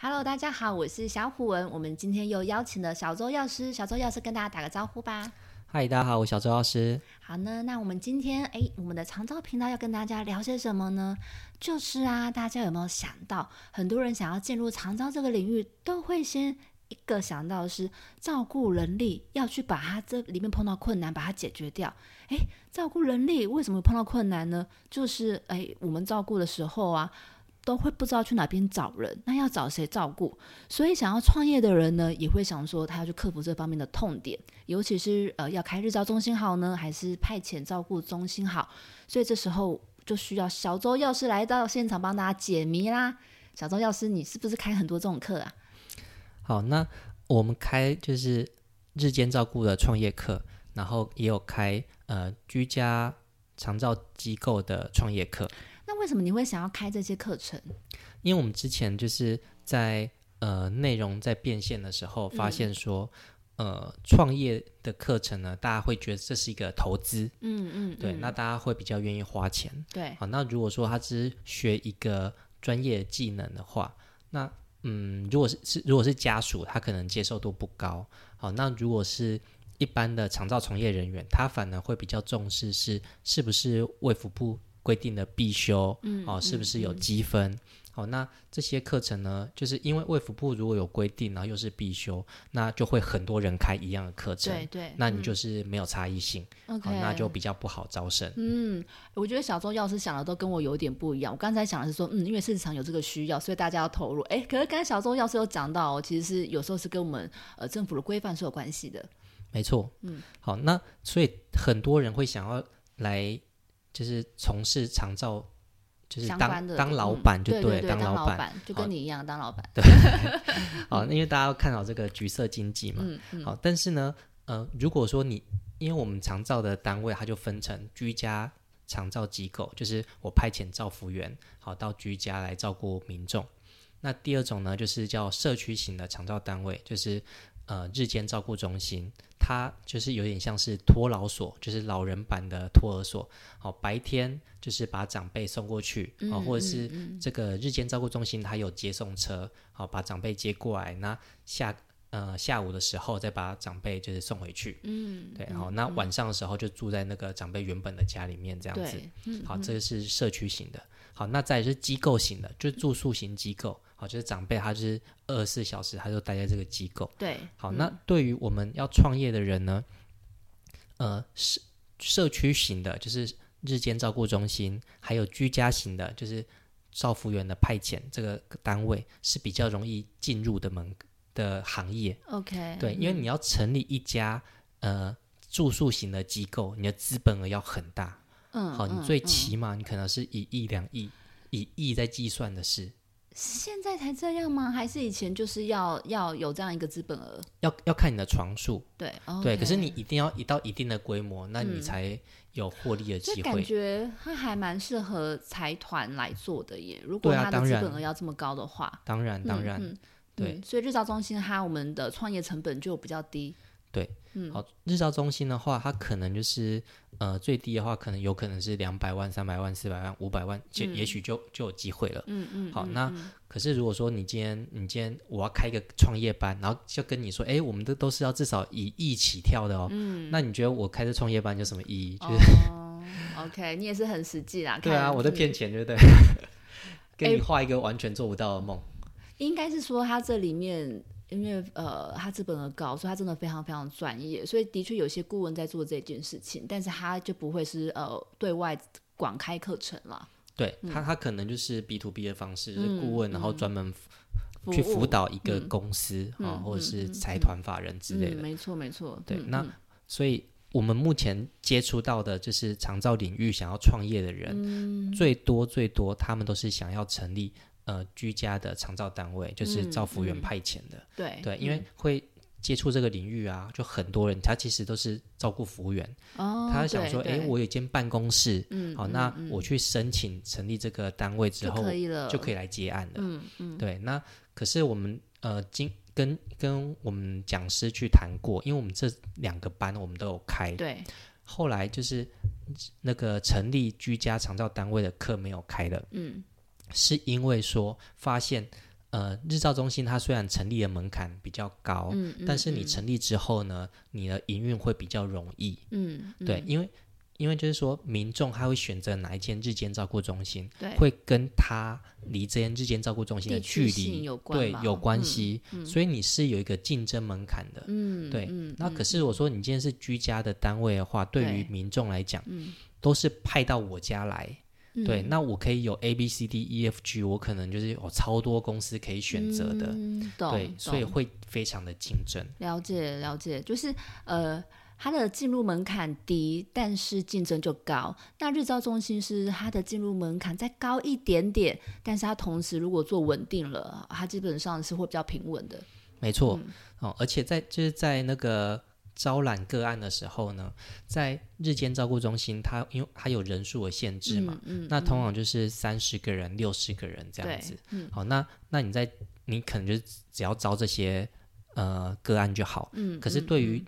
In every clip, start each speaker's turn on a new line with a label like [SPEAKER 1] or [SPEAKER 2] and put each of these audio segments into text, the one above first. [SPEAKER 1] Hello，大家好，我是小虎文。我们今天又邀请了小周药师，小周药师跟大家打个招呼吧。
[SPEAKER 2] 嗨，大家好，我小周老师。
[SPEAKER 1] 好呢，那我们今天哎，我们的长照频道要跟大家聊些什么呢？就是啊，大家有没有想到，很多人想要进入长照这个领域，都会先一个想到的是照顾人力，要去把它这里面碰到困难，把它解决掉。哎，照顾人力为什么碰到困难呢？就是哎，我们照顾的时候啊。都会不知道去哪边找人，那要找谁照顾？所以想要创业的人呢，也会想说他要去克服这方面的痛点，尤其是呃要开日照中心好呢，还是派遣照顾中心好？所以这时候就需要小周药师来到现场帮大家解谜啦。小周药师，你是不是开很多这种课啊？
[SPEAKER 2] 好，那我们开就是日间照顾的创业课，然后也有开呃居家长照机构的创业课。
[SPEAKER 1] 那为什么你会想要开这些课程？
[SPEAKER 2] 因为我们之前就是在呃内容在变现的时候，发现说、呃创业的课程呢，大家会觉得这是一个投资，
[SPEAKER 1] 嗯嗯，
[SPEAKER 2] 对，
[SPEAKER 1] 嗯
[SPEAKER 2] 那大家会比较愿意花钱。
[SPEAKER 1] 对，
[SPEAKER 2] 好，那如果说他只是学一个专业技能的话，那嗯，如果是是如果是家属，他可能接受度不高。好，那如果是一般的长照从业人员，他反而会比较重视是是不是卫福部规定的必修，
[SPEAKER 1] 嗯
[SPEAKER 2] 哦，是不是有
[SPEAKER 1] 嗯
[SPEAKER 2] 积分？好，那这些课程呢，就是因为卫福部如果有规定，然后又是必修，那就会很多人开一样的课程
[SPEAKER 1] 对，对，
[SPEAKER 2] 那你就是没有差异性，
[SPEAKER 1] 嗯 OK，
[SPEAKER 2] 好，那就比较不好招生。
[SPEAKER 1] 嗯，我觉得小周药师想的都跟我有点不一样。我刚才想的是说，嗯，因为市场有这个需要，所以大家要投入。哎，可是刚才小周药师有讲到、哦，其实是有时候是跟我们呃政府的规范是有关系的。
[SPEAKER 2] 没错，嗯，好，那所以很多人会想要来，就是从事长照，就是
[SPEAKER 1] 相关
[SPEAKER 2] 当
[SPEAKER 1] 的
[SPEAKER 2] 当老
[SPEAKER 1] 嗯
[SPEAKER 2] 板就
[SPEAKER 1] 对
[SPEAKER 2] 对，
[SPEAKER 1] 对，
[SPEAKER 2] 当
[SPEAKER 1] 当
[SPEAKER 2] 老板
[SPEAKER 1] 板就跟你一样当老板。
[SPEAKER 2] 好，啊因为大家要看好这个橘色经济嘛，
[SPEAKER 1] 嗯嗯，
[SPEAKER 2] 好，但是呢，呃，如果说你因为我们长照的单位，它就分成居家长照机构，就是我派遣照服员，好到居家来照顾民众。那第二种呢，就是叫社区型的长照单位，就是呃日间照顾中心，它就是有点像是托老所，就是老人版的托儿所。好，白天就是把长辈送过去，啊、
[SPEAKER 1] 嗯
[SPEAKER 2] 或者
[SPEAKER 1] 嗯
[SPEAKER 2] 是这个日间照顾中心它有接送车，好把长辈接过来，那下呃下午的时候再把长辈就是送回去，
[SPEAKER 1] 嗯，
[SPEAKER 2] 对，
[SPEAKER 1] 嗯
[SPEAKER 2] 好，那晚上的时候就住在那个长辈原本的家里面这样子，
[SPEAKER 1] 对，嗯
[SPEAKER 2] 好，这个是社区型的。好，那再来是机构型的，就是住宿型机构。好，就是长辈他就是二十四小时，他就待在这个机构。
[SPEAKER 1] 对，嗯
[SPEAKER 2] 好，那对于我们要创业的人呢，呃，社社区型的，就是日间照顾中心，还有居家型的，就是照服员的派遣这个单位是比较容易进入的门的行业。
[SPEAKER 1] OK，
[SPEAKER 2] 对，因为你要成立一家呃住宿型的机构，你的资本额要很大。
[SPEAKER 1] 嗯，
[SPEAKER 2] 好，你
[SPEAKER 1] 嗯
[SPEAKER 2] 最
[SPEAKER 1] 嗯
[SPEAKER 2] 起码你可能是一亿、两亿、以亿在计算的是，
[SPEAKER 1] 现在才这样吗？还是以前就是要要有这样一个资本额？
[SPEAKER 2] 要要看你的床数，
[SPEAKER 1] 对，
[SPEAKER 2] 对。可是
[SPEAKER 1] OK
[SPEAKER 2] 你一定要一到一定的规模，那你才有获利的
[SPEAKER 1] 嗯这
[SPEAKER 2] 机
[SPEAKER 1] 感
[SPEAKER 2] 会。
[SPEAKER 1] 觉它还蛮适合财团来做的耶。如果
[SPEAKER 2] 对啊
[SPEAKER 1] 它的
[SPEAKER 2] 当
[SPEAKER 1] 资
[SPEAKER 2] 然
[SPEAKER 1] 本额要这么高的话，
[SPEAKER 2] 当然，当然，
[SPEAKER 1] 嗯嗯
[SPEAKER 2] 对
[SPEAKER 1] 嗯所以日照中心它我们的创业成本就比较 低。
[SPEAKER 2] 好，日照中心的话，它可能就是呃最低的话，可能有可能是两百万、三百万、四百万、五百万，也、也许就就有机会了。
[SPEAKER 1] 嗯嗯，
[SPEAKER 2] 好，
[SPEAKER 1] 嗯
[SPEAKER 2] 那可是如果说你今天你今天我要开一个创业班，然后就跟你说，哎，我们这都是要至少以亿起跳的哦。嗯，那你觉得我开这创业班有什么意义？就是、
[SPEAKER 1] 哦 OK，你也是很实际啦。
[SPEAKER 2] 对啊，
[SPEAKER 1] 看
[SPEAKER 2] 我在
[SPEAKER 1] 嗯
[SPEAKER 2] 骗钱，对不对？ 给你画一个完全做不到的梦，
[SPEAKER 1] 应该是说它这里面。因为呃，它资本额高，所以它真的非常非常专业，所以的确有些顾问在做这件事情，但是他就不会是呃对外广开课程了，
[SPEAKER 2] 对
[SPEAKER 1] 嗯
[SPEAKER 2] 他，他可能就是 B to B 的方式，就是顾问，然后专门
[SPEAKER 1] 服
[SPEAKER 2] 去辅
[SPEAKER 1] 务
[SPEAKER 2] 导一个公司啊，或者是财团法人之类
[SPEAKER 1] 嗯，
[SPEAKER 2] 的。
[SPEAKER 1] 没错没错，
[SPEAKER 2] 对，
[SPEAKER 1] 嗯
[SPEAKER 2] 那所以我们目前接触到的就是长照领域想要创业的
[SPEAKER 1] 嗯
[SPEAKER 2] 人，最多最多他们都是想要成立呃居家的长照单位，就是
[SPEAKER 1] 嗯
[SPEAKER 2] 照服员派遣的。
[SPEAKER 1] 对
[SPEAKER 2] 对，因为会接触这个领域啊，就很多人他其实都是照顾服务员。
[SPEAKER 1] 哦，
[SPEAKER 2] 他想
[SPEAKER 1] 对
[SPEAKER 2] 说，
[SPEAKER 1] 对
[SPEAKER 2] 诶，我有一间办公室，
[SPEAKER 1] 嗯
[SPEAKER 2] 好，那我去申请成立这个单位之
[SPEAKER 1] 就
[SPEAKER 2] 后
[SPEAKER 1] 可，以了，
[SPEAKER 2] 就可以来接案了。
[SPEAKER 1] 嗯嗯，
[SPEAKER 2] 对，那可是我们呃，经跟跟我们讲师去谈过，因为我们这两个班我们都有开，
[SPEAKER 1] 对，
[SPEAKER 2] 后来就是那个成立居家长照单位的课没有开了，
[SPEAKER 1] 嗯，
[SPEAKER 2] 是因为说发现呃，日照中心它虽然成立的门槛比较高，
[SPEAKER 1] 嗯，嗯
[SPEAKER 2] 哦但是你成立之后呢，你的营运会比较容易。
[SPEAKER 1] 嗯，嗯
[SPEAKER 2] 对，因为因为就是说，民众他会选择哪一间日间照顾中心，
[SPEAKER 1] 对，
[SPEAKER 2] 会跟他离这间日间照顾中心的
[SPEAKER 1] 地
[SPEAKER 2] 距
[SPEAKER 1] 区
[SPEAKER 2] 离
[SPEAKER 1] 性有关
[SPEAKER 2] 对
[SPEAKER 1] 吧
[SPEAKER 2] 有关
[SPEAKER 1] 嗯
[SPEAKER 2] 系，所以你是有一个竞争门槛的。
[SPEAKER 1] 嗯，
[SPEAKER 2] 对
[SPEAKER 1] 嗯，
[SPEAKER 2] 那
[SPEAKER 1] 嗯
[SPEAKER 2] 可是我说，你今天是居家的单位的话，对
[SPEAKER 1] 对
[SPEAKER 2] 于民众来讲，
[SPEAKER 1] 嗯
[SPEAKER 2] 都是派到我家来。对，
[SPEAKER 1] 嗯
[SPEAKER 2] 那我可以有 A B C D E F G，我可能就是有超多公司可以选择的。
[SPEAKER 1] 嗯懂
[SPEAKER 2] 对，所以
[SPEAKER 1] 懂
[SPEAKER 2] 会非常的竞争。
[SPEAKER 1] 了解了解，就是呃，它的进入门槛低，但是竞争就高。那日照中心是它的进入门槛再高一点点，但是它同时如果做稳定了，它基本上是会比较平稳的。
[SPEAKER 2] 没错，
[SPEAKER 1] 嗯
[SPEAKER 2] 哦，而且在就是在那个招揽个案的时候呢，在日间照顾中心，它因为它有人数的限制嘛，
[SPEAKER 1] 嗯，嗯
[SPEAKER 2] 那通常就是三十个人、六十个人这样
[SPEAKER 1] 对嗯
[SPEAKER 2] 子。好，那那你在你可能就只要招这些呃个案就好。
[SPEAKER 1] 嗯，
[SPEAKER 2] 可是
[SPEAKER 1] 嗯
[SPEAKER 2] 对于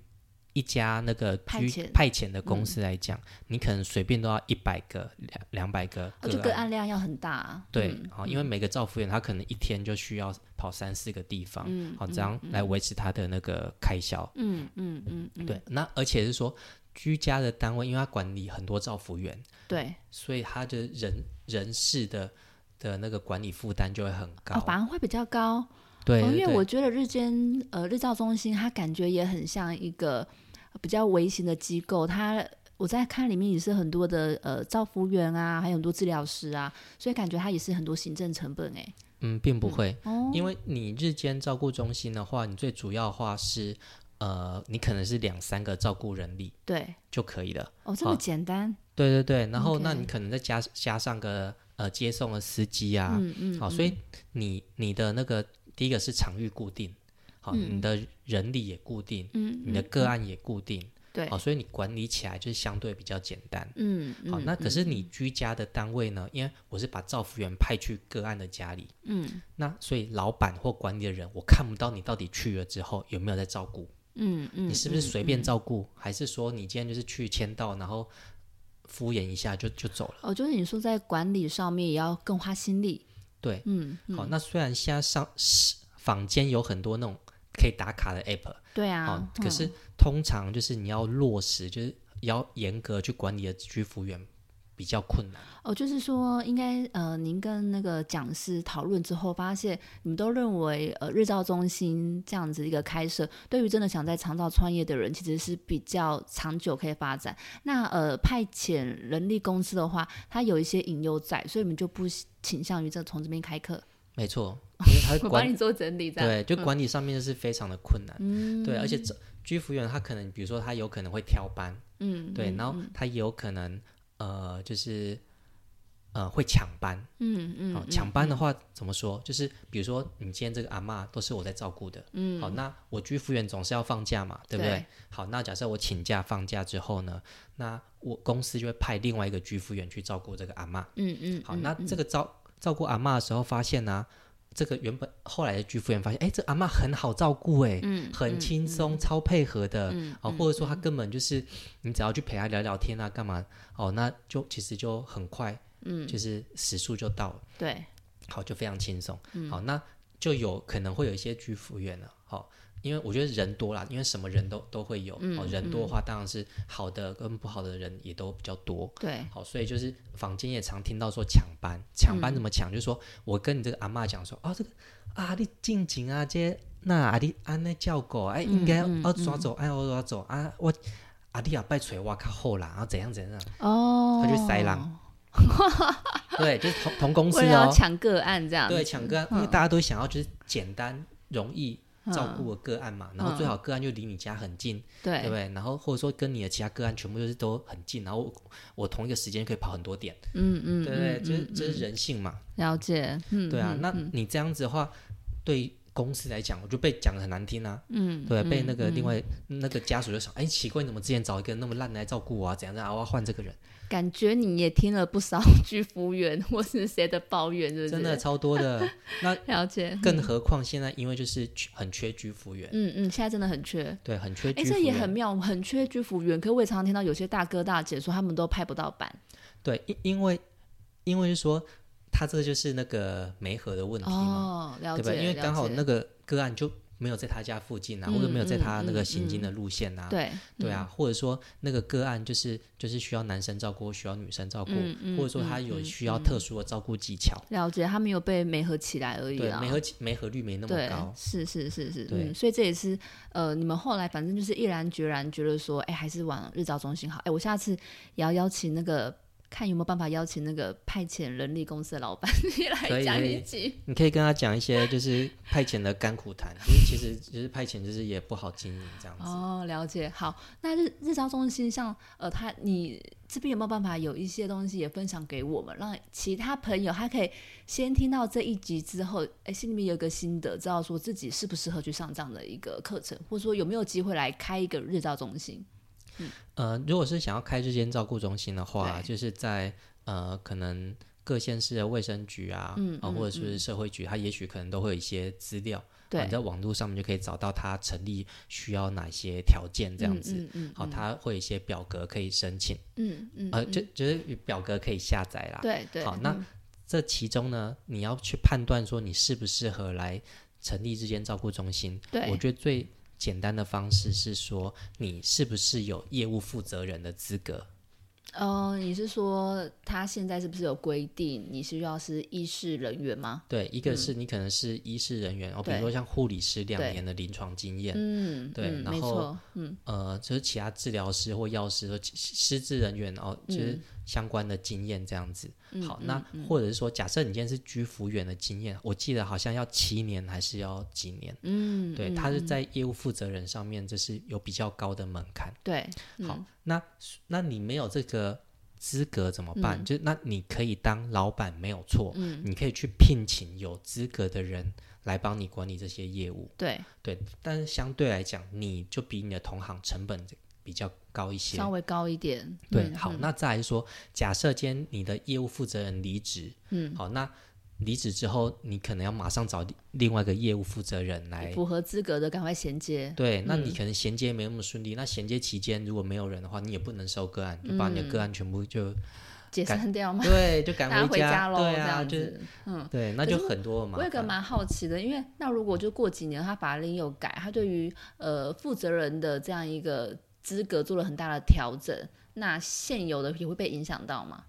[SPEAKER 2] 一家那个
[SPEAKER 1] 派
[SPEAKER 2] 居
[SPEAKER 1] 遣嗯
[SPEAKER 2] 派遣的公司来讲，你可能随便都要一百个、两两百个
[SPEAKER 1] 哦就个案量要很大啊，
[SPEAKER 2] 对哦
[SPEAKER 1] 嗯，
[SPEAKER 2] 好、因为每个照服员他可能一天就需要跑三四个地方，
[SPEAKER 1] 嗯
[SPEAKER 2] 好、这样来维持他的那个开销。
[SPEAKER 1] 嗯嗯嗯嗯，
[SPEAKER 2] 对，那而且是说居家的单位，因为他管理很多照服员，
[SPEAKER 1] 对，
[SPEAKER 2] 所以他的人人事的的那个管理负担就会很高。
[SPEAKER 1] 哦，反而会比较高。
[SPEAKER 2] 对，
[SPEAKER 1] 哦，
[SPEAKER 2] 对
[SPEAKER 1] 因为
[SPEAKER 2] 对
[SPEAKER 1] 我觉得日间呃日照中心，它感觉也很像一个比较微型的机构，它。我在看里面也是很多的呃，照服员啊，还有很多治疗师啊，所以感觉它也是很多行政成本哎、
[SPEAKER 2] 嗯，并不会，
[SPEAKER 1] 哦，
[SPEAKER 2] 因为你日间照顾中心的话，你最主要的话是呃，你可能是两三个照顾人力
[SPEAKER 1] 对，
[SPEAKER 2] 就可以了。
[SPEAKER 1] 哦，这么
[SPEAKER 2] 好
[SPEAKER 1] 简单，
[SPEAKER 2] 对对对，然后
[SPEAKER 1] OK
[SPEAKER 2] 那你可能再加加上个呃接送的司机啊，
[SPEAKER 1] 嗯嗯，
[SPEAKER 2] 好，所以你你的那个第一个是场域固定，好，你的人力也固定，
[SPEAKER 1] 嗯
[SPEAKER 2] 你的个案也固定，
[SPEAKER 1] 对
[SPEAKER 2] 好，，所以你管理起来就是相对比较简单。
[SPEAKER 1] 嗯，
[SPEAKER 2] 好，
[SPEAKER 1] 嗯
[SPEAKER 2] 那可是你居家的单位呢？因为我是把照服员派去个案的家里，
[SPEAKER 1] 嗯
[SPEAKER 2] 那所以老板或管理的人，我看不到你到底去了之后有没有在照顾，
[SPEAKER 1] 嗯嗯，
[SPEAKER 2] 你是不
[SPEAKER 1] 嗯
[SPEAKER 2] 是随便照顾，还是说你今天就是去签到，然后敷衍一下就就走了？
[SPEAKER 1] 哦，就是你说在管理上面也要更花心力，
[SPEAKER 2] 对，
[SPEAKER 1] 嗯，
[SPEAKER 2] 好，那虽然现在上是坊间有很多那种可以打卡的 app，
[SPEAKER 1] 对
[SPEAKER 2] 好、
[SPEAKER 1] 啊，
[SPEAKER 2] 可是通常就是你要落实，就是要严格去管理的居服员比较困难。
[SPEAKER 1] 哦，就是说，应该呃，您跟那个讲师讨论之后，发现你们都认为呃，日照中心这样子一个开设，对于真的想在长照创业的人，其实是比较长久可以发展。那呃，派遣人力公司的话，它有一些隐忧在，所以你们就不倾向于这从这边开课。
[SPEAKER 2] 没错，因为他
[SPEAKER 1] 我帮
[SPEAKER 2] 管
[SPEAKER 1] 你做整理，这嗯样
[SPEAKER 2] 对，就管理上面就是非常的困难。嗯、对，而且这居服员他可能，比如说他有可能会挑班，
[SPEAKER 1] 嗯，
[SPEAKER 2] 对，
[SPEAKER 1] 嗯
[SPEAKER 2] 然后他也有可能呃，就是呃会抢班。
[SPEAKER 1] 嗯嗯，
[SPEAKER 2] 好，
[SPEAKER 1] 嗯
[SPEAKER 2] 抢班的话怎么说？就是比如说你今天这个阿嬷都是我在照顾的，嗯，好，那我居服员总是要放假嘛，对不对？
[SPEAKER 1] 对
[SPEAKER 2] 好，那假设我请假放假之后呢，那我公司就会派另外一个居服员去照顾这个阿嬷。
[SPEAKER 1] 嗯嗯，
[SPEAKER 2] 好，
[SPEAKER 1] 嗯
[SPEAKER 2] 那这个照照顾阿嬷的时候发现呢、这个原本后来的居服员发现，哎，这阿嬷很好照顾、诶，哎、
[SPEAKER 1] 嗯
[SPEAKER 2] 很轻松，超配合的，哦，或者说他根本就是你只要去陪他聊聊天啊，干嘛，哦，那就其实就很快，嗯，就是时速就到了。
[SPEAKER 1] 对，
[SPEAKER 2] 好，就非常轻松。
[SPEAKER 1] 嗯
[SPEAKER 2] 好，那就有可能会有一些居服员了。好，因为我觉得人多啦，因为什么人都都会有。
[SPEAKER 1] 嗯
[SPEAKER 2] 好，人多的话，当然是好的跟不好的人也都比较多。
[SPEAKER 1] 对，
[SPEAKER 2] 好，所以就是坊间也常听到说抢班，抢
[SPEAKER 1] 嗯
[SPEAKER 2] 班怎么抢？就是说我跟你这个阿嬷讲说，哦，这个啊，你静静啊，这那啊你安尼照顾，哎，应该
[SPEAKER 1] 嗯
[SPEAKER 2] 要抓走，哎，我抓走啊，我啊你也拜找我较好啦，啊怎样怎样，
[SPEAKER 1] 哦，
[SPEAKER 2] 他就塞狼，对，就是同同公司
[SPEAKER 1] 为了
[SPEAKER 2] 哦
[SPEAKER 1] 要，抢嗯个案这样，
[SPEAKER 2] 对，抢个案，因为大家都想要就是简单容易
[SPEAKER 1] 嗯
[SPEAKER 2] 照顾的个案嘛，然后最好个案就离你家很近，对不
[SPEAKER 1] 对，
[SPEAKER 2] 对？然后或者说跟你的其他个案全部就是都很近，然后我我同一个时间可以跑很多点，
[SPEAKER 1] 嗯嗯，
[SPEAKER 2] 对不对？
[SPEAKER 1] 嗯
[SPEAKER 2] 这、是
[SPEAKER 1] 嗯
[SPEAKER 2] 这是人性嘛，
[SPEAKER 1] 了解，嗯，
[SPEAKER 2] 对啊。
[SPEAKER 1] 嗯
[SPEAKER 2] 那你这样子的话，对。公司来讲，我就被讲的很难听啊，
[SPEAKER 1] 嗯，
[SPEAKER 2] 对，被
[SPEAKER 1] 嗯
[SPEAKER 2] 那个
[SPEAKER 1] 嗯
[SPEAKER 2] 另外、那个家属就想，哎，奇怪，你怎么之前找一个那么烂的来照顾我啊？怎样怎样啊，我要换这个人，
[SPEAKER 1] 感觉你也听了不少 居服务员或是谁的抱怨，是不是？
[SPEAKER 2] 真的超 多的。那
[SPEAKER 1] 了解，
[SPEAKER 2] 更何况现在因为就是缺很缺居服务员，
[SPEAKER 1] 嗯嗯，现在真的很缺。
[SPEAKER 2] 对，很缺
[SPEAKER 1] 哎，
[SPEAKER 2] 居服务
[SPEAKER 1] 这
[SPEAKER 2] 员。
[SPEAKER 1] 也很妙，很缺居服务员。可我也常常听到有些大哥大姐说他们都拍不到班。
[SPEAKER 2] 对，因因为因为是说它这个就是那个媒合的问题嘛，
[SPEAKER 1] 哦，了
[SPEAKER 2] 对
[SPEAKER 1] 解，
[SPEAKER 2] 吧？因为刚好
[SPEAKER 1] 了解
[SPEAKER 2] 那个个案就没有在他家附近啊，
[SPEAKER 1] 嗯
[SPEAKER 2] 或者没有在他
[SPEAKER 1] 嗯
[SPEAKER 2] 那个
[SPEAKER 1] 嗯
[SPEAKER 2] 行经
[SPEAKER 1] 嗯
[SPEAKER 2] 的路线啊，
[SPEAKER 1] 对嗯
[SPEAKER 2] 对啊，或者说那个个案就是就是需要男生照顾，需要女生照顾，
[SPEAKER 1] 嗯嗯
[SPEAKER 2] 或者说他
[SPEAKER 1] 嗯
[SPEAKER 2] 有
[SPEAKER 1] 嗯
[SPEAKER 2] 需要特殊的照顾技巧，
[SPEAKER 1] 了解，他没有被美合起来而已啊
[SPEAKER 2] 对，
[SPEAKER 1] 啦。
[SPEAKER 2] 没合没合率没那么
[SPEAKER 1] 对
[SPEAKER 2] 高，，
[SPEAKER 1] 是是是是，
[SPEAKER 2] 对
[SPEAKER 1] 嗯，所以这也是呃，你们后来反正就是毅然决然觉得说，哎，还是往日照中心好。哎，我下次也要邀请那个，看有没有办法邀请那个派遣人力公司的老 板也
[SPEAKER 2] 可
[SPEAKER 1] 来
[SPEAKER 2] 以
[SPEAKER 1] 讲
[SPEAKER 2] 可
[SPEAKER 1] 一
[SPEAKER 2] 以
[SPEAKER 1] 集。
[SPEAKER 2] 你可以跟他讲一些就是派遣的甘苦谈，因为其实就是派遣就是也不好经营这样子。
[SPEAKER 1] 哦，了解。好，那日日照中心像呃，他你这边有没有办法有一些东西也分享给我们，让其他朋友他可以先听到这一集之后，哎，心里面有一个心得，知道说自己适不适合去上这样的一个课程，或者说有没有机会来开一个日照中心？
[SPEAKER 2] 呃，如果是想要开日间照顾中心的话，
[SPEAKER 1] 对
[SPEAKER 2] 就是在呃可能各县市的卫生局啊，
[SPEAKER 1] 嗯
[SPEAKER 2] 啊
[SPEAKER 1] 嗯
[SPEAKER 2] 或者是社会局，它也许可能都会有一些资料，啊
[SPEAKER 1] 对
[SPEAKER 2] 你，在网络上面就可以找到它成立需要哪些条件这样子。
[SPEAKER 1] 嗯嗯，
[SPEAKER 2] 好，它会有一些表格可以申请，
[SPEAKER 1] 嗯嗯，
[SPEAKER 2] 呃，就就是表格可以下载啦。
[SPEAKER 1] 对对，
[SPEAKER 2] 好，那这其中呢，你要去判断说你适不适合来成立日间照顾中心。
[SPEAKER 1] 嗯对
[SPEAKER 2] 我觉得最简单的方式是说，你是不是有业务负责人的资格？
[SPEAKER 1] 呃，你是说他现在是不是有规定你需要是医师人员吗？
[SPEAKER 2] 对，一个是你可能是医师人员，哦，比如
[SPEAKER 1] 嗯对
[SPEAKER 2] 说像护理师两
[SPEAKER 1] 对
[SPEAKER 2] 年的临床经验，
[SPEAKER 1] 嗯，
[SPEAKER 2] 对
[SPEAKER 1] 嗯
[SPEAKER 2] 然
[SPEAKER 1] 没
[SPEAKER 2] 后
[SPEAKER 1] 错，嗯，
[SPEAKER 2] 呃，就是其他治疗师或药师或其失智人员哦，就是相关的经验这样子。
[SPEAKER 1] 嗯
[SPEAKER 2] 好，
[SPEAKER 1] 嗯
[SPEAKER 2] 那或者是说，假设你今天是居服员的经验，我记得好像要七年还是要几年？
[SPEAKER 1] 嗯，
[SPEAKER 2] 对，
[SPEAKER 1] 嗯
[SPEAKER 2] 它是在业务负责人上面，这是有比较高的门槛。
[SPEAKER 1] 对，
[SPEAKER 2] 好
[SPEAKER 1] 嗯，
[SPEAKER 2] 那那你没有这个资格怎么
[SPEAKER 1] 嗯
[SPEAKER 2] 办？就那你可以当老板没有错，你可以去聘请有资格的人来帮你管理这些业务。
[SPEAKER 1] 对，
[SPEAKER 2] 对，但是相对来讲，你就比你的同行成本比较高一些。
[SPEAKER 1] 稍微高一点，
[SPEAKER 2] 对，
[SPEAKER 1] 嗯
[SPEAKER 2] 好，那再来说，假设今天你的业务负责人离职，嗯，好，那离职之后，你可能要马上找另外一个业务负责人来
[SPEAKER 1] 符合资格的赶快衔接，
[SPEAKER 2] 对，那
[SPEAKER 1] 嗯
[SPEAKER 2] 你可能衔接没那么顺利。那衔接期间如果没有人的话，你也不能收个案，就把你的
[SPEAKER 1] 嗯
[SPEAKER 2] 个案全部就、
[SPEAKER 1] 解
[SPEAKER 2] 赶
[SPEAKER 1] 散掉吗？
[SPEAKER 2] 对，就
[SPEAKER 1] 大
[SPEAKER 2] 赶
[SPEAKER 1] 家
[SPEAKER 2] 回
[SPEAKER 1] 家喽，
[SPEAKER 2] 对
[SPEAKER 1] 这
[SPEAKER 2] 啊，
[SPEAKER 1] 样
[SPEAKER 2] 就是
[SPEAKER 1] 子。嗯
[SPEAKER 2] 对，那
[SPEAKER 1] 可
[SPEAKER 2] 就是
[SPEAKER 1] 我
[SPEAKER 2] 很多嘛。
[SPEAKER 1] 我有个蛮好奇的，因为那如果就过几年他法令有改，他对于呃负责人的这样一个资格做了很大的调整，那现有的也会被影响到吗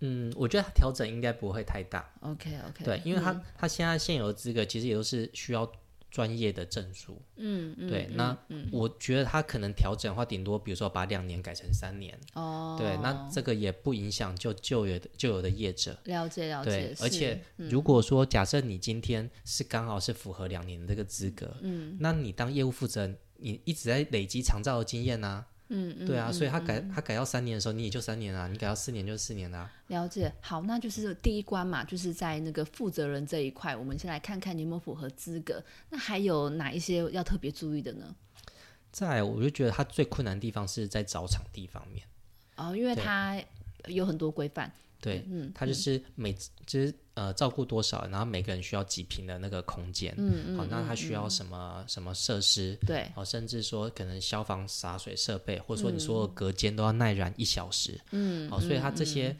[SPEAKER 2] 嗯，我觉得它调整应该不会太大，
[SPEAKER 1] ？OK OK，
[SPEAKER 2] 对，因为他、
[SPEAKER 1] 嗯
[SPEAKER 2] 他现在现有的资格其实也都是需要专业的证书。
[SPEAKER 1] 嗯嗯
[SPEAKER 2] 对，那我觉得他可能调整的话，顶多比如说把两年改成三年。
[SPEAKER 1] 哦，
[SPEAKER 2] 对，那这个也不影响就就有的就有的业者。
[SPEAKER 1] 了解了
[SPEAKER 2] 对
[SPEAKER 1] 解，，
[SPEAKER 2] 而
[SPEAKER 1] 是嗯
[SPEAKER 2] 且如果说假设你今天是刚好是符合两年的这个资格，嗯，那你当业务负责人，你一直在累积长照的经验呐、
[SPEAKER 1] 嗯嗯
[SPEAKER 2] 对啊，所以他改他改到三年的时候，你也就三年啊，你改到四年就四年啊，
[SPEAKER 1] 了解，好，那就是第一关嘛，就是在那个负责人这一块，我们先来看看你有没有符合资格。那还有哪一些要特别注意的呢？
[SPEAKER 2] 再来，我就觉得他最困难的地方是在找场地方面，
[SPEAKER 1] 哦，因为
[SPEAKER 2] 对
[SPEAKER 1] 它有很多规范，
[SPEAKER 2] 对，
[SPEAKER 1] 嗯
[SPEAKER 2] 他就是每就是呃照顾多少，然后每个人需要几平的那个空间，嗯嗯，好，那他需要什么、什么设施，
[SPEAKER 1] 对，
[SPEAKER 2] 哦，甚至说可能消防洒水设备，或
[SPEAKER 1] 嗯
[SPEAKER 2] 者说你所有隔间都要耐燃一小时，嗯，哦，所以它这些
[SPEAKER 1] 嗯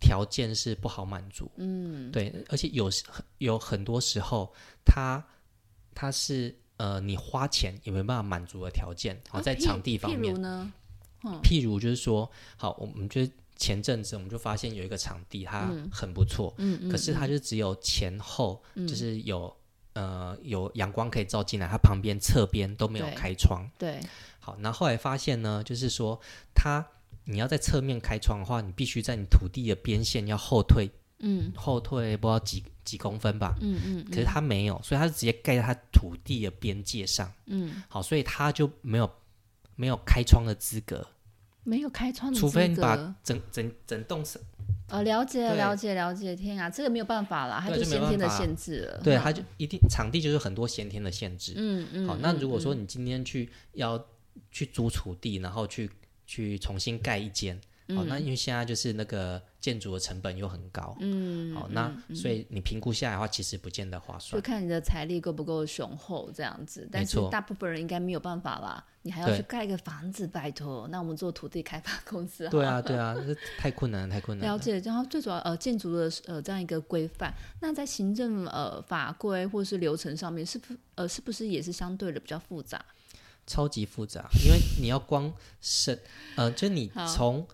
[SPEAKER 2] 条件是不好满足，嗯，对，而且有时有很多时候，它它是呃你花钱也没办法满足的条件，好、
[SPEAKER 1] 啊
[SPEAKER 2] 在
[SPEAKER 1] 譬
[SPEAKER 2] 场地方
[SPEAKER 1] 譬
[SPEAKER 2] 面
[SPEAKER 1] 如，呢，
[SPEAKER 2] 譬如就是说，好，我们就是前阵子我们就发现有一个场地它很不错，
[SPEAKER 1] 嗯嗯，
[SPEAKER 2] 可是它就只有前后，就是有、呃有阳光可以照进来，它旁边侧边都没有
[SPEAKER 1] 对
[SPEAKER 2] 开窗。
[SPEAKER 1] 对，
[SPEAKER 2] 好，那后来发现呢，就是说它你要在侧面开窗的话，你必须在你土地的边线要后退，
[SPEAKER 1] 嗯
[SPEAKER 2] 后退不知道几几公分吧。
[SPEAKER 1] 嗯嗯
[SPEAKER 2] 可是它没有，所以它是直接盖在它土地的边界上。
[SPEAKER 1] 嗯，
[SPEAKER 2] 好，所以它就没有没有开窗的资格，
[SPEAKER 1] 没有开窗的
[SPEAKER 2] 除非
[SPEAKER 1] 资
[SPEAKER 2] 你
[SPEAKER 1] 格
[SPEAKER 2] 把整整整栋
[SPEAKER 1] 哦，了解
[SPEAKER 2] 对
[SPEAKER 1] 了解了解，天啊，这个没有办法啦，它
[SPEAKER 2] 对
[SPEAKER 1] 就
[SPEAKER 2] 这没
[SPEAKER 1] 先天的
[SPEAKER 2] 办法
[SPEAKER 1] 限制了，
[SPEAKER 2] 对，
[SPEAKER 1] 嗯
[SPEAKER 2] 它就一定场地就是很多先天的限制。
[SPEAKER 1] 嗯嗯，
[SPEAKER 2] 好，那如果说你今天去要去租土地，然后去去重新盖一间，
[SPEAKER 1] 嗯
[SPEAKER 2] 好、那因为现在就是那个建筑的成本又很高，
[SPEAKER 1] 嗯，
[SPEAKER 2] 好、那
[SPEAKER 1] 嗯嗯
[SPEAKER 2] 所以你评估下来的话，其实不见得划
[SPEAKER 1] 就
[SPEAKER 2] 算。
[SPEAKER 1] 看你的财力够不够雄厚这样子，但是
[SPEAKER 2] 错
[SPEAKER 1] 大部分人应该没有办法啦。你还要
[SPEAKER 2] 对
[SPEAKER 1] 去盖一个房子，拜托，那我们做土地开发公司好
[SPEAKER 2] 对啊，对啊，这太困难了，太困难
[SPEAKER 1] 了
[SPEAKER 2] 了。
[SPEAKER 1] 解，然后最主要呃建筑的呃这样一个规范，那在行政呃法规或是流程上面，是不呃是不是也是相对的比较复杂？
[SPEAKER 2] 超级复杂，因为你要光审，呃，就你
[SPEAKER 1] 好
[SPEAKER 2] 从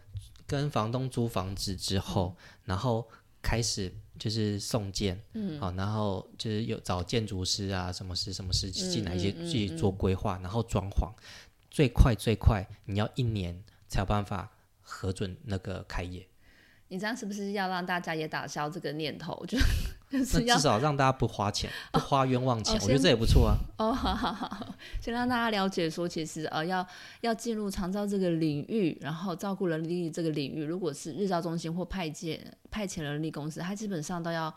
[SPEAKER 2] 跟房东租房子之后，
[SPEAKER 1] 嗯
[SPEAKER 2] 然后开始就是送件，嗯，好、然后就是有找建筑师啊，什么师什么师进来一些
[SPEAKER 1] 嗯嗯
[SPEAKER 2] 自己做规划，然后装潢，最快最快你要一年才有办法核准那个开业，
[SPEAKER 1] 你这样是不是要让大家也打消这个念头？ 就 就是
[SPEAKER 2] 那
[SPEAKER 1] 要
[SPEAKER 2] 至少让大家不花钱，不花冤枉钱，
[SPEAKER 1] 哦
[SPEAKER 2] 我觉得
[SPEAKER 1] 先
[SPEAKER 2] 这也不错啊。
[SPEAKER 1] 哦，好好好，先让大家了解说，其实呃，要要进入长照这个领域，然后照顾人力这个领域，如果是日照中心或派遣派遣人力公司，它基本上都要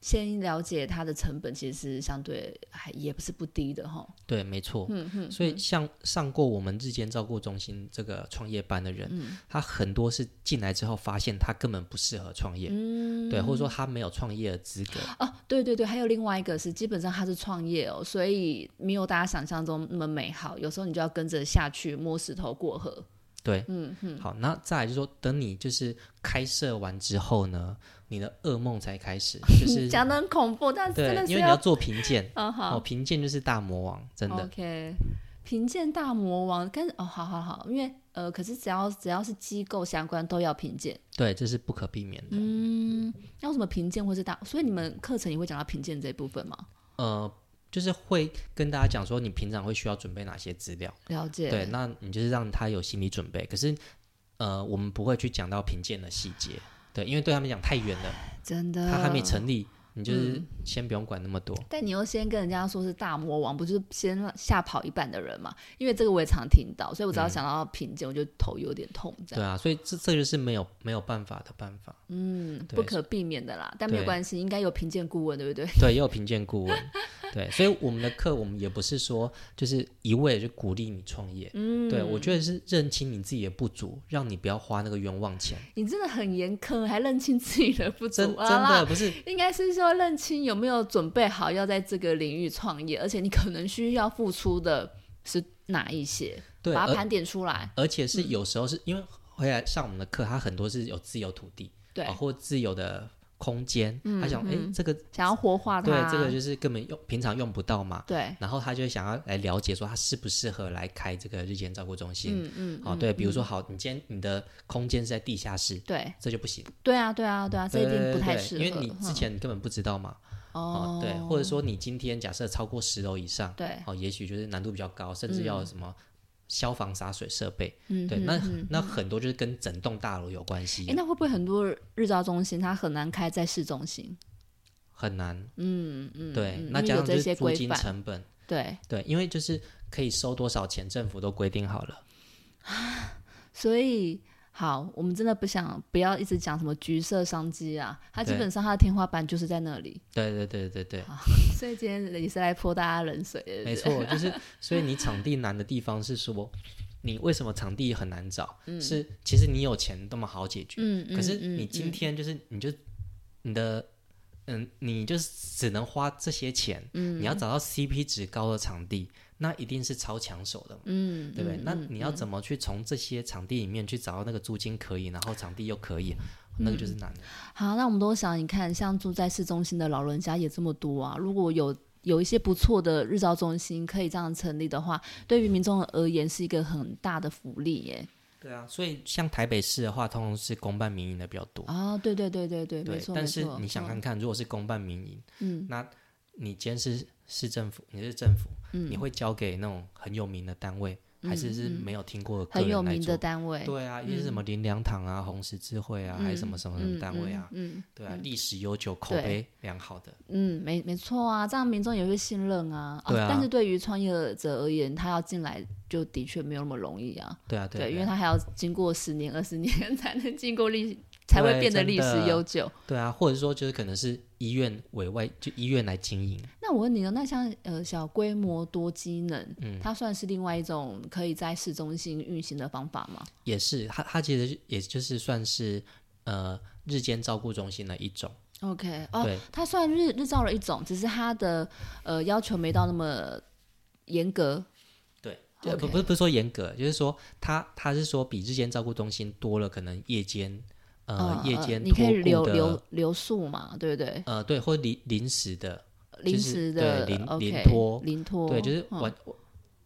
[SPEAKER 1] 先了解它的成本，其实相对还也不是不低的哈。
[SPEAKER 2] 对，没错。所以像上过我们日间照顾中心这个创业班的人，他很多是进来之后发现他根本不适合创业，对，或者说他没有创业的资格。
[SPEAKER 1] 哦，对对对，还有另外一个是，基本上它是创业哦，所以没有大家想象中那么美好，有时候你就要跟着下去摸石头过河。
[SPEAKER 2] 对，嗯嗯。好，那再来就是说，等你就是开设完之后呢，你的噩梦才开始，就 是
[SPEAKER 1] 讲的很恐怖，但是
[SPEAKER 2] 对
[SPEAKER 1] 真的，是
[SPEAKER 2] 因为你要做评 鉴，
[SPEAKER 1] 嗯好。
[SPEAKER 2] 哦，评鉴就是大魔王，真的。
[SPEAKER 1] OK，贫贱大魔王，但是哦，好好好，因为呃，可是只要只要是机构相关都要贫贱。
[SPEAKER 2] 对，这是不可避免的。
[SPEAKER 1] 那为什么贫贱或是大？所以你们课程也会讲到贫贱这一部分吗？
[SPEAKER 2] 呃，就是会跟大家讲说，你平常会需要准备哪些资料。
[SPEAKER 1] 了解。
[SPEAKER 2] 对，那你就是让他有心理准备。可是，呃，我们不会去讲到评鉴的细节，对，因为对他们讲太远了，
[SPEAKER 1] 真的。
[SPEAKER 2] 他还没。成立，你就是
[SPEAKER 1] 嗯
[SPEAKER 2] 先不用管那么多。
[SPEAKER 1] 但你又先跟人家说是大魔王，不就是先吓跑一半的人嘛？因为这个我也常听到，所以我
[SPEAKER 2] 嗯
[SPEAKER 1] 只要想到贫贱，我就头有点痛，这
[SPEAKER 2] 对
[SPEAKER 1] 样，
[SPEAKER 2] 啊，所以这这就是没有没有办法的办法。
[SPEAKER 1] 嗯，
[SPEAKER 2] 对
[SPEAKER 1] 不可避免的啦。但没有
[SPEAKER 2] 对
[SPEAKER 1] 关系，应该有贫贱顾问，对不对？
[SPEAKER 2] 对，也有评鉴顾问，对，所以我们的课我们也不是说就是一味就鼓励你创业，嗯，对我觉得是认清你自己的不足，让你不要花那个冤枉钱，
[SPEAKER 1] 你真的很严苛，还认清自己的不足
[SPEAKER 2] 真真
[SPEAKER 1] 啊啦
[SPEAKER 2] 的不是
[SPEAKER 1] 应该是说认清有没有准备好要在这个领域创业，而且你可能需要付出的是哪一些，
[SPEAKER 2] 对，呃
[SPEAKER 1] 把它
[SPEAKER 2] 而
[SPEAKER 1] 盘点出来。嗯
[SPEAKER 2] 而且是有时候是因为回来上我们的课，他很多是有自由土地，
[SPEAKER 1] 对，嗯
[SPEAKER 2] 啊或自由的空间，他想，哎、这个
[SPEAKER 1] 想要活化它。
[SPEAKER 2] 对，这个就是根本用平常用不到嘛，
[SPEAKER 1] 对
[SPEAKER 2] 然后他就会想要来了解说他适不适合来开这个日间照顾中心，
[SPEAKER 1] 嗯嗯，
[SPEAKER 2] 哦，对，比如说好，你今天你的空间是在地下室，
[SPEAKER 1] 对
[SPEAKER 2] 这就不行，
[SPEAKER 1] 对啊，对啊，对啊，这一定不太
[SPEAKER 2] 对对
[SPEAKER 1] 适
[SPEAKER 2] 对
[SPEAKER 1] 合。
[SPEAKER 2] 因为你之前你根本不知道嘛，
[SPEAKER 1] 嗯
[SPEAKER 2] 哦
[SPEAKER 1] 哦，，
[SPEAKER 2] 对，或者说你今天假设超过十楼以上，
[SPEAKER 1] 对，
[SPEAKER 2] 哦，也许就是难度比较高，甚至要有什么。消防洒水设备，
[SPEAKER 1] 嗯，
[SPEAKER 2] 对，那
[SPEAKER 1] 嗯嗯
[SPEAKER 2] 那很多就是跟整栋大楼有关系
[SPEAKER 1] 诶，，那会不会很多日照中心它很难开在市中心？
[SPEAKER 2] 很难，
[SPEAKER 1] 嗯嗯，
[SPEAKER 2] 对
[SPEAKER 1] 嗯，
[SPEAKER 2] 那
[SPEAKER 1] 因为
[SPEAKER 2] 加
[SPEAKER 1] 有
[SPEAKER 2] 上就
[SPEAKER 1] 这
[SPEAKER 2] 是
[SPEAKER 1] 些
[SPEAKER 2] 租
[SPEAKER 1] 规
[SPEAKER 2] 金
[SPEAKER 1] 范，
[SPEAKER 2] 成本，
[SPEAKER 1] 对，
[SPEAKER 2] 对，因为就是可以收多少钱，政府都规定好了。
[SPEAKER 1] 所以，好，我们真的不想不要一直讲什么橘色商机啊，它基
[SPEAKER 2] 对
[SPEAKER 1] 本上它的天花板就是在那里，
[SPEAKER 2] 对对对对对，
[SPEAKER 1] 所以今天也是来泼大家冷水的。
[SPEAKER 2] 没错，就是所以你场地难的地方是说，你为什么场地很难找？是其实你有钱那么好解决，
[SPEAKER 1] 嗯，嗯
[SPEAKER 2] 可是你今、
[SPEAKER 1] 嗯
[SPEAKER 2] 天就是你就你的嗯，你就是只能花这些钱，
[SPEAKER 1] 嗯
[SPEAKER 2] 你要找到 CP 值高的场地，那一定是超抢手的嘛。
[SPEAKER 1] 嗯，嗯
[SPEAKER 2] 对不对？
[SPEAKER 1] 嗯
[SPEAKER 2] 那
[SPEAKER 1] 嗯
[SPEAKER 2] 你要怎么去从这些场地里面去找到那个租金可以，然后场地又可以，那个就是
[SPEAKER 1] 嗯
[SPEAKER 2] 难的。
[SPEAKER 1] 好，那我们都想，你看，像住在市中心的老人家也这么多啊，如果有。有一些不错的日照中心可以这样成立的话，对于民众而言是一个很大的福利耶。
[SPEAKER 2] 对啊，所以像台北市的话，通常是公办民营的比较多。
[SPEAKER 1] 啊、对对对对对，没
[SPEAKER 2] 对
[SPEAKER 1] 错，
[SPEAKER 2] 但
[SPEAKER 1] 没
[SPEAKER 2] 是
[SPEAKER 1] 错
[SPEAKER 2] 你想看，看，如果是公办民营，
[SPEAKER 1] 嗯，
[SPEAKER 2] 那你今天是市政府，你是政府，
[SPEAKER 1] 嗯
[SPEAKER 2] 你会交给那种很有名的单位，还是是没有听过的个
[SPEAKER 1] 很有
[SPEAKER 2] 人来
[SPEAKER 1] 名
[SPEAKER 2] 做
[SPEAKER 1] 的？单位，嗯
[SPEAKER 2] 对啊，一些什么林良堂啊、红十字会啊，还是什么什么什么单位啊，
[SPEAKER 1] 嗯，
[SPEAKER 2] 对啊，历史悠久、口
[SPEAKER 1] 对
[SPEAKER 2] 碑良好的，
[SPEAKER 1] 嗯，没没错啊，这样民众也会信任啊。
[SPEAKER 2] 对啊
[SPEAKER 1] 但是对于创业者而言，他要进来就的确没有那么容易啊。
[SPEAKER 2] 对啊，对啊，
[SPEAKER 1] 因
[SPEAKER 2] 对
[SPEAKER 1] 为
[SPEAKER 2] 啊
[SPEAKER 1] 他还要经过十年、二十年才能经过历才会变得
[SPEAKER 2] 真
[SPEAKER 1] 历史
[SPEAKER 2] 的
[SPEAKER 1] 悠久。
[SPEAKER 2] 对啊，或者说就是可能是医院委外，就医院来经营，
[SPEAKER 1] 那我问你哦，那像呃小规模多机能，
[SPEAKER 2] 嗯
[SPEAKER 1] 它算是另外一种可以在市中心运行的方法吗？
[SPEAKER 2] 也是它它其实也就是算是呃日间照顾中心的一种，
[SPEAKER 1] OK，哦，
[SPEAKER 2] 对
[SPEAKER 1] 它算日日照了一种，只是它的呃要求没到那么严格。
[SPEAKER 2] 对，
[SPEAKER 1] OK
[SPEAKER 2] 呃不不是不是说严格，就是说它它是说比日间照顾中心多了可能夜间呃
[SPEAKER 1] 嗯
[SPEAKER 2] 夜
[SPEAKER 1] 嗯
[SPEAKER 2] 间
[SPEAKER 1] 你可以
[SPEAKER 2] 托
[SPEAKER 1] 留
[SPEAKER 2] 顾
[SPEAKER 1] 留
[SPEAKER 2] 的
[SPEAKER 1] 留宿嘛，对不对？
[SPEAKER 2] 呃对或临临时的，
[SPEAKER 1] 临
[SPEAKER 2] 就是
[SPEAKER 1] 时的
[SPEAKER 2] 对临
[SPEAKER 1] OK，
[SPEAKER 2] 临托
[SPEAKER 1] 临托，
[SPEAKER 2] 对，就是
[SPEAKER 1] 嗯
[SPEAKER 2] 完、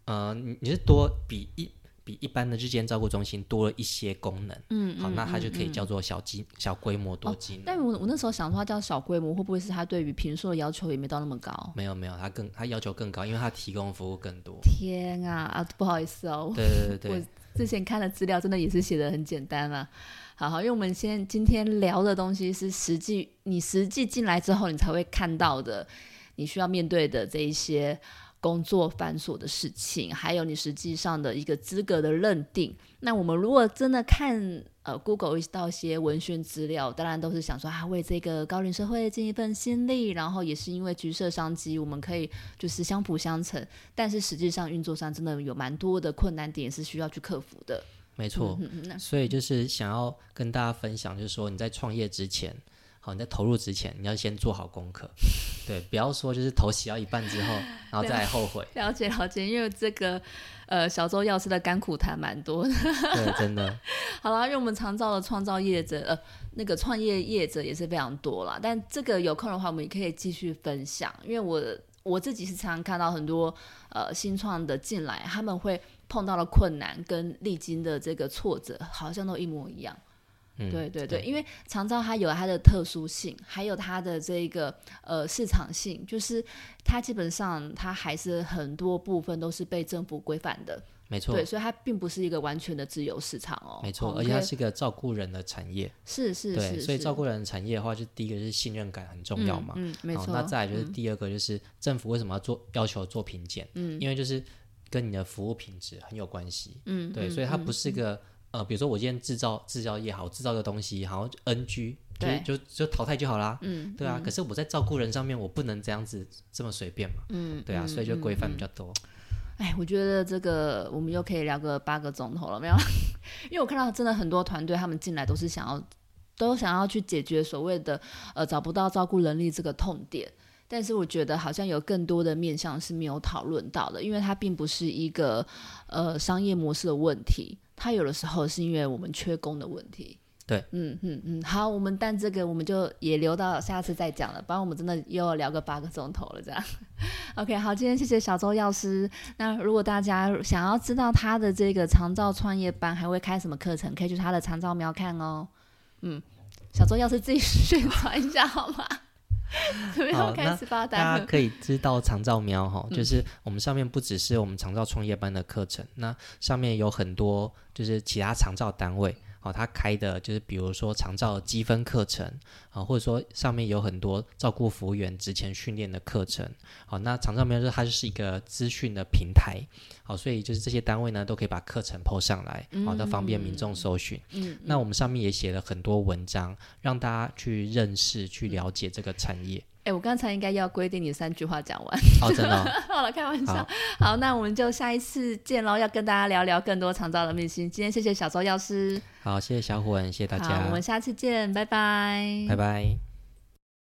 [SPEAKER 2] 呃你你是多比一比一般的日间照顾中心多了一些功能，
[SPEAKER 1] 嗯，
[SPEAKER 2] 好，
[SPEAKER 1] 嗯
[SPEAKER 2] 那它就可以
[SPEAKER 1] 嗯嗯
[SPEAKER 2] 叫做小机小规模多
[SPEAKER 1] 哦
[SPEAKER 2] 机能。
[SPEAKER 1] 但我我那时候想说，它叫小规模，会不会是它对于平数的要求也没到那么高？
[SPEAKER 2] 没有没有，它更它要求更高，因为它提供的服务更多。
[SPEAKER 1] 天啊啊！不好意思哦，
[SPEAKER 2] 对对对对，
[SPEAKER 1] 之前看的资料真的也是写的很简单啦。好好，因为我们先今天聊的东西是实际你实际进来之后你才会看到的，你需要面对的这一些工作繁琐的事情，还有你实际上的一个资格的认定。那我们如果真的看呃 Google 到一些文宣资料，当然都是想说啊，为这个高龄社会尽一份心力，然后也是因为橘色商机，我们可以就是相辅相成。但是实际上运作上真的有蛮多的困难点是需要去克服的。
[SPEAKER 2] 没错。
[SPEAKER 1] 嗯嗯，那，
[SPEAKER 2] 所以就是想要跟大家分享，就是说你在创业之前，好，你在投入之前，你要先做好功课，对，不要说就是头洗到一半之后，然后再来后悔
[SPEAKER 1] 了解了解，因为这个呃小周药师的甘苦谈蛮多的。
[SPEAKER 2] 对，真的，
[SPEAKER 1] 好啦，因为我们常造的创造业者呃那个创业业者也是非常多啦，但这个有空的话我们也可以继续分享，因为我我自己是常常看到很多呃新创的进来，他们会碰到的困难跟历经的这个挫折好像都一模一样。
[SPEAKER 2] 嗯，
[SPEAKER 1] 对对对，
[SPEAKER 2] 对
[SPEAKER 1] 因为长照它有它的特殊性，还有它的这个呃市场性，就是它基本上它还是很多部分都是被政府规范的，
[SPEAKER 2] 没错
[SPEAKER 1] 对，，所以它并不是一个完全的自由市场哦。
[SPEAKER 2] 没错，
[SPEAKER 1] 哦
[SPEAKER 2] 而且它
[SPEAKER 1] 可以
[SPEAKER 2] 是一个照顾人的产业，
[SPEAKER 1] 是是
[SPEAKER 2] 对，
[SPEAKER 1] 是，
[SPEAKER 2] 所以
[SPEAKER 1] 是
[SPEAKER 2] 照顾人的产业的话，就第一个就是信任感很重要嘛，
[SPEAKER 1] 嗯，嗯没
[SPEAKER 2] 好
[SPEAKER 1] 错。
[SPEAKER 2] 那再来就是
[SPEAKER 1] 嗯
[SPEAKER 2] 第二个，就是政府为什么要做要求做评鉴？嗯，因为就是跟你的服务品质很有关系。
[SPEAKER 1] 嗯，
[SPEAKER 2] 对，
[SPEAKER 1] 嗯
[SPEAKER 2] 所以它不是个、呃，比如说我今天制造制造业好，制造个东西好像 NG，就是
[SPEAKER 1] 对
[SPEAKER 2] 就就淘汰就好啦。
[SPEAKER 1] 嗯，
[SPEAKER 2] 对啊，可是我在照顾人上面，我不能这样子这么随便嘛。
[SPEAKER 1] 嗯，
[SPEAKER 2] 对啊，
[SPEAKER 1] 嗯
[SPEAKER 2] 所以就规范比较多。
[SPEAKER 1] 哎，我觉得这个我们又可以聊个八个钟头了，没有？ 因为我看到真的很多团队，他们进来都是想要，都想要去解决所谓的呃找不到照顾能力这个痛点。但是我觉得好像有更多的面向是没有讨论到的，因为它并不是一个呃商业模式的问题，它有的时候是因为我们缺工的问题。
[SPEAKER 2] 对，
[SPEAKER 1] 嗯嗯嗯，好，我们但这个我们就也留到下次再讲了，不然我们真的又要聊个八个钟头了这样。OK，好，今天谢谢小周药师，那如果大家想要知道他的这个长照创业班还会开什么课程，可以去他的长照喵看哦。嗯，小周要是自己 宣传一下好吗？ 怎么样
[SPEAKER 2] 好
[SPEAKER 1] 开始发
[SPEAKER 2] 大
[SPEAKER 1] 单
[SPEAKER 2] 家
[SPEAKER 1] 了？
[SPEAKER 2] 可以知道长照喵哈，就是我们上面不只是我们长照创业班的课程，那上面有很多就是其他长照单位。哦，他开的就是比如说长照积分课程啊、或者说上面有很多照顾服务员职前训练的课程。好、那长照喵就是它就是一个资讯的平台，好、所以就是这些单位呢都可以把课程 PO 上来，好、那方便民众搜寻。
[SPEAKER 1] 嗯，
[SPEAKER 2] 那我们上面也写了很多文章，让大家去认识、去了解这个产业。
[SPEAKER 1] 哎、我刚才应该要规定你三句话讲完。
[SPEAKER 2] 哦，真的哦、
[SPEAKER 1] 好了，开玩笑
[SPEAKER 2] 好。
[SPEAKER 1] 好，那我们就下一次见喽，要跟大家聊聊更多长照的秘辛。今天谢谢小周药师，
[SPEAKER 2] 好，谢谢小伙伴，谢谢大
[SPEAKER 1] 好，我
[SPEAKER 2] 家
[SPEAKER 1] 们，下次见，拜拜
[SPEAKER 2] 拜拜。